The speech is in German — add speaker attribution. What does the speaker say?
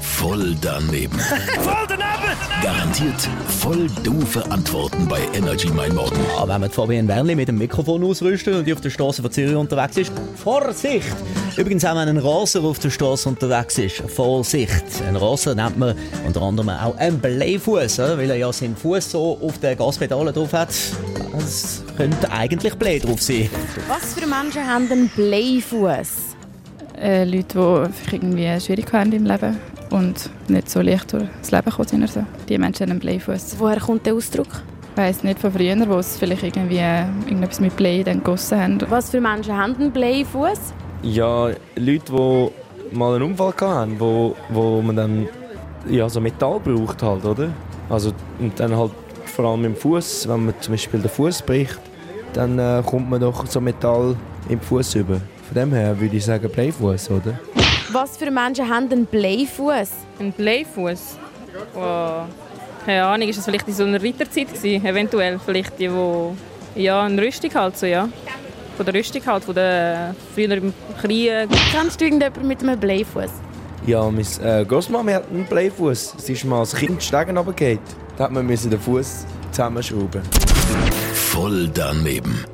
Speaker 1: Voll daneben. Garantiert voll doofe Antworten bei Energy Mein Morgen.
Speaker 2: Ja, wenn man die Fabienne Wernli mit dem Mikrofon ausrüstet und die auf der Straße von Zürich unterwegs ist, Vorsicht! Übrigens auch wenn ein Raser auf der Straße unterwegs ist, Vorsicht! Ein Raser nennt man unter anderem auch einen Blähfuß, äh, weil er ja seinen Fuß so auf den Gaspedalen drauf hat. Es könnte eigentlich Blei drauf sein.
Speaker 3: Was für Menschen haben einen Bleifuß?
Speaker 4: äh, Leute, die vielleicht irgendwie Schwierigkeiten haben im Leben und nicht so leicht durchs Leben kommen sind. oder So. Die Menschen haben einen Bleifuß.
Speaker 3: Woher kommt der Ausdruck?
Speaker 4: Ich weiss nicht von früher, wo es vielleicht irgendwie äh, irgendetwas mit Blei dann gegossen haben.
Speaker 3: Was für Menschen haben einen Bleifuß?
Speaker 5: Ja, Leute, die mal einen Unfall hatten, wo, wo man dann ja, so Metall braucht halt, oder? Also, und dann halt vor allem im Fuß, wenn man zum Beispiel den Fuß bricht, dann äh, kommt man doch so Metall im Fuß über. Von dem her würde ich sagen Bleifuß, oder?
Speaker 3: Was für Menschen haben einen Bleifuß?
Speaker 6: Ein Playfuß. Wow. Keine Ahnung, ist das vielleicht in so einer Ritterzeit gewesen? Eventuell vielleicht die, wo ja, eine Rüstung halt so, ja. Von der Rüstung halt, von der früher im Krieg.
Speaker 3: Kennst du irgendjemanden mit einem Bleifuß?
Speaker 5: Ja, meine äh, Großmama hat einen Bleifuß. Sie ist mal als Kind die Stegen runtergefallen. Da hat man müssen den Fuß zusammenschrauben.
Speaker 1: Voll daneben.